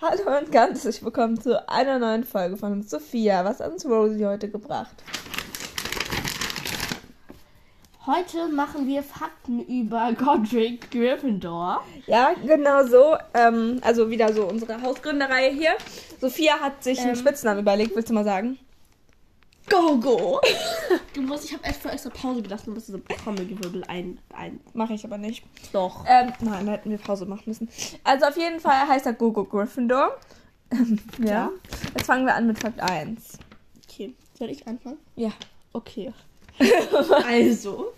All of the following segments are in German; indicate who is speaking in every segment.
Speaker 1: Hallo und ganz herzlich willkommen zu einer neuen Folge von uns. Sophia. Was hat uns Rosie heute gebracht?
Speaker 2: Heute machen wir Fakten über Godric Gryffindor.
Speaker 1: Ja, genau so. Ähm, also wieder so unsere Hausgründerei hier. Sophia hat sich einen
Speaker 2: Ähm.
Speaker 1: Spitznamen überlegt, willst du mal sagen?
Speaker 2: Go, go! du musst, ich habe extra, extra Pause gelassen, du musst so Trommelgewirbel ein, ein.
Speaker 1: Mache ich aber nicht.
Speaker 2: Doch.
Speaker 1: Ähm, nein, da hätten wir Pause machen müssen. Also auf jeden Fall heißt er Gogo Gryffindor. Ähm, ja.
Speaker 2: Ja.
Speaker 1: Jetzt fangen wir an mit Fakt 1.
Speaker 2: Okay, soll ich anfangen?
Speaker 1: Ja.
Speaker 2: Okay. also,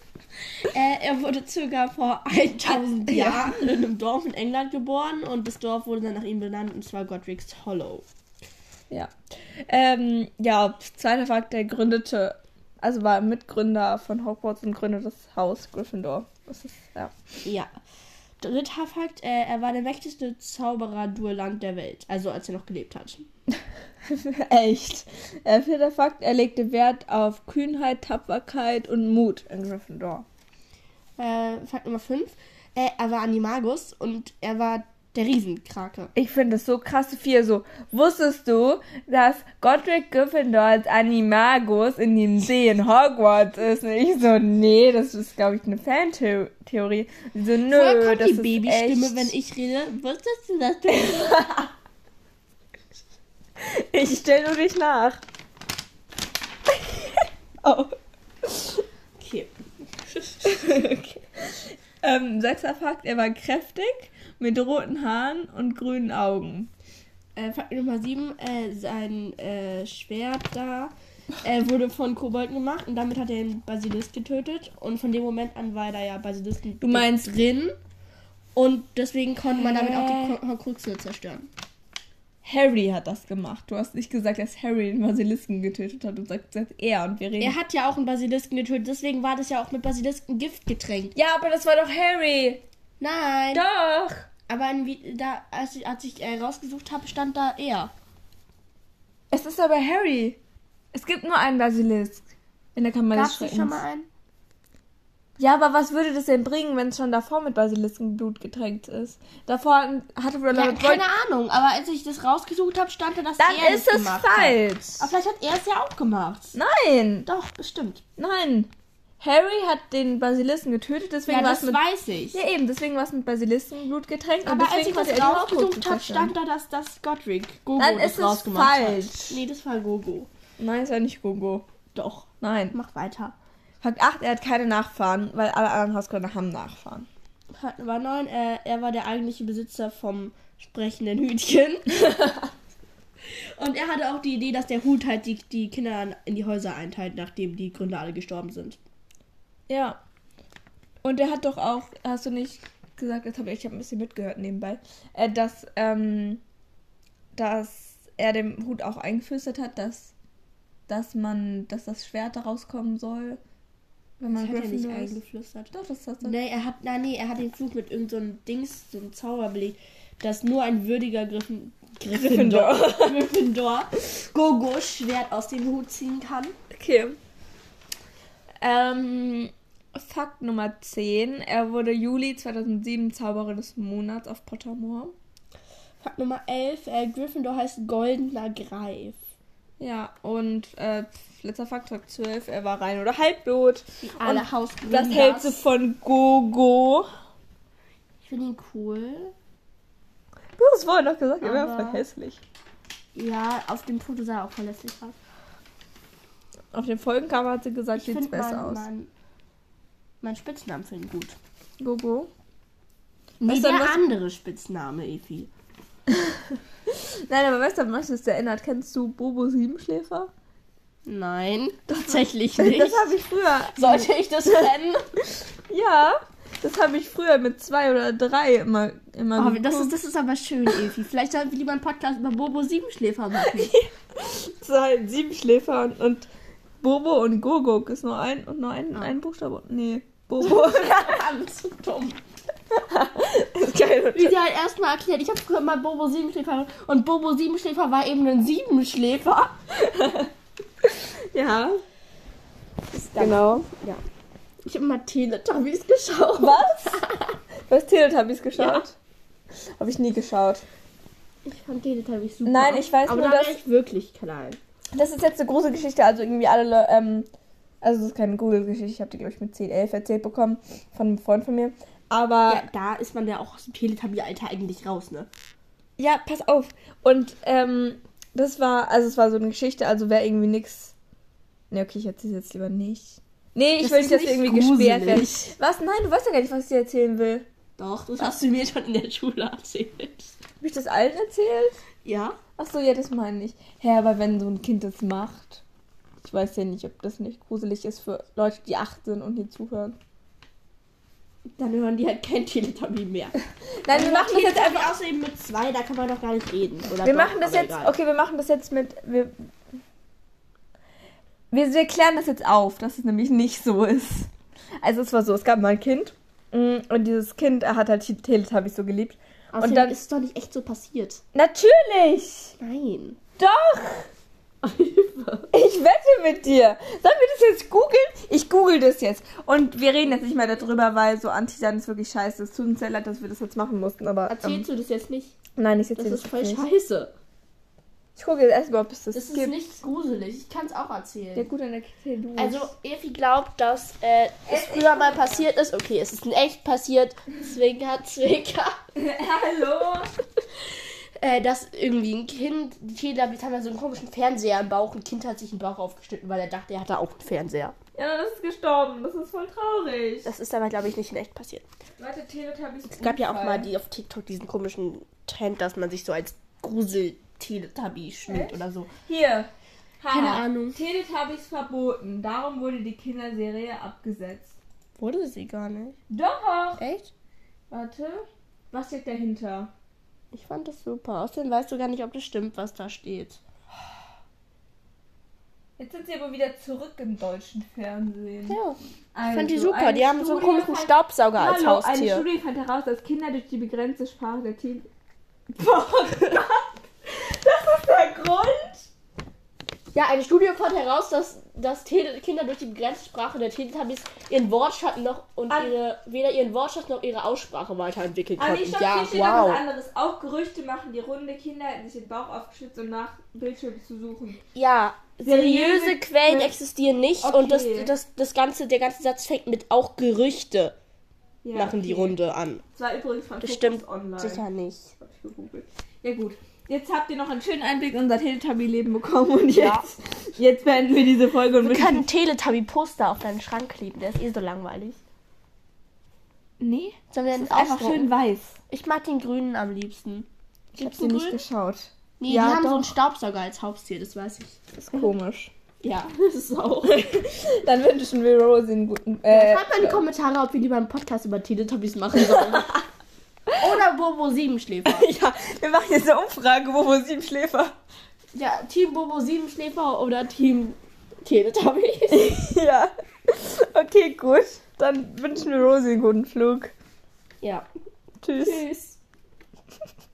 Speaker 2: äh, er wurde circa vor 1000 Jahren in einem Dorf in England geboren und das Dorf wurde dann nach ihm benannt und zwar Godric's Hollow.
Speaker 1: Ja. Ähm, ja, zweiter Fakt, der gründete, also war Mitgründer von Hogwarts und gründete das Haus Gryffindor. Das ist, ja.
Speaker 2: Ja. Dritter Fakt, äh, er war der mächtigste Zauberer-Duellant der Welt, also als er noch gelebt hat.
Speaker 1: Echt. Äh, vierter Fakt, er legte Wert auf Kühnheit, Tapferkeit und Mut in Gryffindor.
Speaker 2: Äh, Fakt Nummer 5. Äh, er war Animagus und er war der Riesenkrake.
Speaker 1: Ich finde das so krass viel so. Wusstest du, dass Godric Gryffindor als Animagus in dem See in Hogwarts ist? Und ich so, nee, das ist, glaube ich, eine Fantheorie. Und Sie so, nö,
Speaker 2: Woher kommt
Speaker 1: das
Speaker 2: die
Speaker 1: ist
Speaker 2: Babystimme,
Speaker 1: echt.
Speaker 2: wenn ich rede? Wusstest du das denn?
Speaker 1: Ich stell nur dich nach. oh.
Speaker 2: Okay.
Speaker 1: okay. Ähm, sechster Fakt, er war kräftig, mit roten Haaren und grünen Augen.
Speaker 2: Äh, Fakt Nummer 7. Äh, sein äh, Schwert da äh, wurde von Kobolden gemacht und damit hat er den Basilisk getötet. Und von dem Moment an war da ja Basilisten
Speaker 1: Du meinst-
Speaker 2: drin. Und deswegen konnte man damit auch die
Speaker 1: Hä?
Speaker 2: Kro- Horcruxe zerstören.
Speaker 1: Harry hat das gemacht. Du hast nicht gesagt, dass Harry den Basilisken getötet hat. Du sagst jetzt er und wir reden.
Speaker 2: Er hat ja auch einen Basilisken getötet, deswegen war das ja auch mit Basilisken Gift getränkt.
Speaker 1: ja, aber das war doch Harry.
Speaker 2: Nein!
Speaker 1: Doch.
Speaker 2: Aber in, wie- da, als ich, als ich äh, rausgesucht habe, stand da er.
Speaker 1: Es ist aber Harry. Es gibt nur einen Basilisk. In der Kammer
Speaker 2: Gab
Speaker 1: des
Speaker 2: es
Speaker 1: Schreckens.
Speaker 2: schon mal einen?
Speaker 1: Ja, aber was würde das denn bringen, wenn es schon davor mit Basiliskenblut getränkt ist? Davor hatten- hatte
Speaker 2: Ja,
Speaker 1: Ronald
Speaker 2: keine Ahnung, aber als ich das rausgesucht habe, stand da, dass
Speaker 1: Dann
Speaker 2: er
Speaker 1: ist
Speaker 2: das
Speaker 1: es
Speaker 2: gemacht
Speaker 1: falsch.
Speaker 2: Hat. Aber vielleicht hat er es ja auch gemacht.
Speaker 1: Nein,
Speaker 2: Doch, bestimmt.
Speaker 1: nein. Harry hat den Basilisken getötet, deswegen
Speaker 2: Ja,
Speaker 1: war
Speaker 2: das
Speaker 1: es mit
Speaker 2: weiß ich.
Speaker 1: ja, eben, deswegen war es mit Basiliskenblut getränkt und
Speaker 2: aber als
Speaker 1: deswegen
Speaker 2: ich das
Speaker 1: konnte er die
Speaker 2: rausgesucht
Speaker 1: Horcruxe
Speaker 2: habe,
Speaker 1: zerstören.
Speaker 2: stand da, dass das Godric Gogo
Speaker 1: Dann
Speaker 2: das
Speaker 1: ist es
Speaker 2: rausgemacht
Speaker 1: falsch.
Speaker 2: hat. Nee, das war Gogo.
Speaker 1: Nein, es war nicht Gogo.
Speaker 2: Doch,
Speaker 1: Nein.
Speaker 2: mach weiter.
Speaker 1: Fakt 8, er hat keine Nachfahren, weil alle anderen Hausgründer haben Nachfahren.
Speaker 2: Fakt Nummer 9, äh, er war der eigentliche Besitzer vom sprechenden Hütchen. Und er hatte auch die Idee, dass der Hut halt die, die Kinder an- in die Häuser einteilt, nachdem die Gründer alle gestorben sind.
Speaker 1: Ja. Und er hat doch auch, hast du nicht gesagt, jetzt hab ich, ich habe ein bisschen mitgehört nebenbei, äh, dass, ähm, dass er dem Hut auch eingeflüstert hat, dass, dass man, dass das Schwert da rauskommen soll, wenn
Speaker 2: Das
Speaker 1: man
Speaker 2: hat er nicht Ne,
Speaker 1: Gryffindor ist.
Speaker 2: eingeflüstert.
Speaker 1: Doch, das hast du.
Speaker 2: Nee, er hat, na, nee, er hat den Fluch mit irgendeinem so einem Dings, so einem Zauber belegt, dass nur ein würdiger Griffen, Gryffindor, Gryffindor Gogos Schwert aus dem Hut ziehen kann.
Speaker 1: Okay. Ähm, Fakt Nummer 10. Er wurde Juli 2007 Zauberer des Monats auf Pottermore.
Speaker 2: Fakt Nummer 11, äh, Gryffindor heißt Goldener Greif.
Speaker 1: Ja, und äh, letzter Fakt, Fakt 12. Er war rein oder halbblut.
Speaker 2: Wie
Speaker 1: Und
Speaker 2: alle
Speaker 1: Das
Speaker 2: Hausgründer.
Speaker 1: hältst du von Gogo.
Speaker 2: Ich finde ihn cool.
Speaker 1: Du hast vorhin noch gesagt, er wäre
Speaker 2: Aber-
Speaker 1: voll hässlich.
Speaker 2: Ja, auf dem Foto sah er auch verlässlich aus.
Speaker 1: Auf den Folgencover hat sie gesagt,
Speaker 2: Ich
Speaker 1: sieht's
Speaker 2: finde
Speaker 1: besser
Speaker 2: mein,
Speaker 1: aus.
Speaker 2: mein, mein Spitznamen für ihn gut.
Speaker 1: Gogo.
Speaker 2: Nee,
Speaker 1: Weißt du,
Speaker 2: der
Speaker 1: was-
Speaker 2: andere Spitzname, Evi.
Speaker 1: Nein, aber weißt du, was das erinnert? Kennst du Bobo Siebenschläfer?
Speaker 2: Nein, tatsächlich
Speaker 1: Das
Speaker 2: nicht.
Speaker 1: habe ich früher.
Speaker 2: Sollte ich das kennen?
Speaker 1: Ja, das habe ich früher mit zwei oder drei immer, immer
Speaker 2: Oh, das,
Speaker 1: geguckt.
Speaker 2: ist, das ist aber schön, Evi. Vielleicht sollten wir lieber einen Podcast über Bobo Siebenschläfer machen.
Speaker 1: zwei Siebenschläfer und, und Bobo und Gogok ist nur ein und nur ein,
Speaker 2: Ah.
Speaker 1: ein Buchstabe. Nee, Bobo.
Speaker 2: so dumm.
Speaker 1: ist geil.
Speaker 2: Wie sie halt erstmal erklärt, ich habe früher mal Bobo Siebenschläfer und Bobo Siebenschläfer war eben ein Siebenschläfer.
Speaker 1: Ja. Genau.
Speaker 2: Ja. Ich habe mal Teletubbies geschaut.
Speaker 1: Was? Du hast Teletubbies geschaut? Habe ich nie geschaut.
Speaker 2: Ich fand den Teppich super.
Speaker 1: Nein, ich weiß
Speaker 2: Aber
Speaker 1: nur,
Speaker 2: da wär
Speaker 1: dass-
Speaker 2: ich wirklich klein.
Speaker 1: Das ist jetzt eine große Geschichte, also irgendwie alle, Le- ähm, also das ist keine große Geschichte, ich habe die, glaube ich, mit 10, 11 erzählt bekommen von einem Freund von mir. Aber
Speaker 2: Ja, da ist man ja auch aus dem Teletubby-Alter eigentlich raus, ne?
Speaker 1: Ja, pass auf. Und ähm, das war, also es war so eine Geschichte, also wäre irgendwie nix. Ne, okay, ich erzähle jetzt lieber nicht. Nee, ich
Speaker 2: Das
Speaker 1: will nicht,
Speaker 2: ist
Speaker 1: dass wir
Speaker 2: nicht
Speaker 1: irgendwie gesperrt werden.
Speaker 2: gruselig.
Speaker 1: Was? Nein, du weißt ja gar nicht, was ich dir erzählen will.
Speaker 2: Doch, das hast du mir schon in der Schule erzählt.
Speaker 1: Hab ich das allen erzählt?
Speaker 2: Ja?
Speaker 1: Ach so, ja, das meine ich. Hä, aber wenn so ein Kind das macht, ich weiß ja nicht, ob das nicht gruselig ist für Leute, die acht sind und hier zuhören.
Speaker 2: Dann hören die halt kein Teletubby mehr.
Speaker 1: Nein, wir machen das jetzt einfach.
Speaker 2: einfach außerdem mit zwei, da kann man doch gar nicht reden. Oder
Speaker 1: Wir
Speaker 2: doch,
Speaker 1: machen das
Speaker 2: aber
Speaker 1: jetzt.
Speaker 2: egal.
Speaker 1: Okay, wir machen das jetzt mit. Wir, wir, wir klären das jetzt auf, dass es nämlich nicht so ist. Also es war so, es gab mal ein Kind mm, und dieses Kind äh, hat halt die Teletubbies so geliebt.
Speaker 2: Außerdem
Speaker 1: und dann-
Speaker 2: ist es doch nicht echt so passiert.
Speaker 1: Natürlich!
Speaker 2: Nein.
Speaker 1: Doch! Ich wette mit dir! Sollen wir das jetzt googeln? Ich google das jetzt. Und wir reden jetzt nicht mehr darüber, weil so Anti-Sein ist wirklich scheiße. Es tut uns sehr leid, dass wir das jetzt machen mussten, aber. Ähm,
Speaker 2: Erzählst du das jetzt nicht?
Speaker 1: nein, ich
Speaker 2: Das
Speaker 1: erzähle
Speaker 2: ist voll
Speaker 1: nicht.
Speaker 2: scheiße.
Speaker 1: Ich gucke jetzt erstmal, ob es das,
Speaker 2: Das ist
Speaker 1: gibt.
Speaker 2: nicht gruselig. Ich kann es auch
Speaker 1: ja,
Speaker 2: erzählen.
Speaker 1: gut, dann erzähl du.
Speaker 2: Also, Evi glaubt, dass äh, es früher mal passiert ist. Okay, es ist in echt passiert. Zwinker, zwinker.
Speaker 1: hallo!
Speaker 2: Äh, dass irgendwie ein Kind, die Teletubbies haben ja so einen komischen Fernseher im Bauch. Ein Kind hat sich den Bauch aufgeschnitten, weil er dachte, er hatte auch einen Fernseher.
Speaker 1: Ja, das ist gestorben. Das ist voll traurig.
Speaker 2: Das ist aber, glaube ich, nicht in echt passiert.
Speaker 1: Leute, Teletubbies.
Speaker 2: Es gab ja auch mal die auf TikTok diesen komischen Trend, dass man sich so als Grusel-Teletubby schmückt oder so.
Speaker 1: Hier.
Speaker 2: Keine Ahnung.
Speaker 1: Teletubbies verboten. Darum wurde die Kinderserie abgesetzt.
Speaker 2: Wurde sie gar nicht.
Speaker 1: Doch.
Speaker 2: Echt?
Speaker 1: Warte. Was steckt dahinter?
Speaker 2: Ich fand das super. Außerdem weißt du gar nicht, ob das stimmt, was da steht.
Speaker 1: Jetzt sind sie aber wieder zurück im deutschen Fernsehen.
Speaker 2: Ja.
Speaker 1: Also,
Speaker 2: Ich fand die super.
Speaker 1: eine
Speaker 2: Die haben so einen
Speaker 1: Studie
Speaker 2: komischen
Speaker 1: fand-
Speaker 2: Staubsauger als
Speaker 1: Hallo, Eine
Speaker 2: Haustier.
Speaker 1: Studie fand heraus, dass Kinder durch die begrenzte Sprache der Tiere. Boah, das ist der Grund.
Speaker 2: Ja, eine Studie fand heraus, dass, dass Tele Kinder durch die begrenzte Sprache der Teletubbies ihren Wortschatz noch und
Speaker 1: An-
Speaker 2: ihre, weder ihren Wortschatz noch ihre Aussprache weiterentwickeln
Speaker 1: Aber nee,
Speaker 2: konnten.
Speaker 1: stopp,
Speaker 2: Ja,
Speaker 1: hier steht noch was
Speaker 2: wow.
Speaker 1: anderes. Auch Gerüchte machen die Runde. Kinder hätten sich den Bauch aufgeschützt, um nach Bildschirm zu suchen.
Speaker 2: Ja, seriöse,
Speaker 1: Seriöse
Speaker 2: Quellen
Speaker 1: Quellen-
Speaker 2: existieren nicht
Speaker 1: Okay.
Speaker 2: und das, das, das ganze, der ganze Satz fängt mit auch Gerüchte
Speaker 1: Ja,
Speaker 2: machen die
Speaker 1: okay.
Speaker 2: Runde an.
Speaker 1: Das war übrigens von
Speaker 2: Das
Speaker 1: Focus
Speaker 2: stimmt
Speaker 1: Online.
Speaker 2: sicher nicht.
Speaker 1: Hab ich gegoogelt. Ja gut. Jetzt habt ihr noch einen schönen Einblick in unser Teletubby-Leben bekommen und jetzt,
Speaker 2: Ja.
Speaker 1: jetzt beenden wir diese Folge und
Speaker 2: Wir
Speaker 1: wünschen-
Speaker 2: können einen Teletubby-Poster auf deinen Schrank kleben, der ist eh so langweilig.
Speaker 1: Nee,
Speaker 2: Sollen wir
Speaker 1: das
Speaker 2: den
Speaker 1: ist einfach schön
Speaker 2: ausdrucken?
Speaker 1: weiß.
Speaker 2: Ich mag den grünen am liebsten.
Speaker 1: Ich hab
Speaker 2: Gibt's
Speaker 1: sie
Speaker 2: einen
Speaker 1: nicht
Speaker 2: grünen?
Speaker 1: geschaut.
Speaker 2: Nee,
Speaker 1: Ja,
Speaker 2: die haben so einen
Speaker 1: doch.
Speaker 2: Staubsauger als Haustier, das weiß ich.
Speaker 1: Das ist komisch.
Speaker 2: Ja, das ist auch.
Speaker 1: Dann wünschen wir Rosie einen guten... Äh,
Speaker 2: Schreibt mal in die Kommentare, ob wir lieber einen Podcast über Teletubbies machen sollen. Oder Bobo Siebenschläfer.
Speaker 1: ja, wir machen jetzt eine Umfrage, wo wo sieben Schläfer...
Speaker 2: Ja, Team Bobo Siebenschläfer oder Team Teletubbies.
Speaker 1: ja. Okay, gut. Dann wünschen wir Rosie einen guten Flug.
Speaker 2: ja.
Speaker 1: Tschüss.
Speaker 2: Tschüss.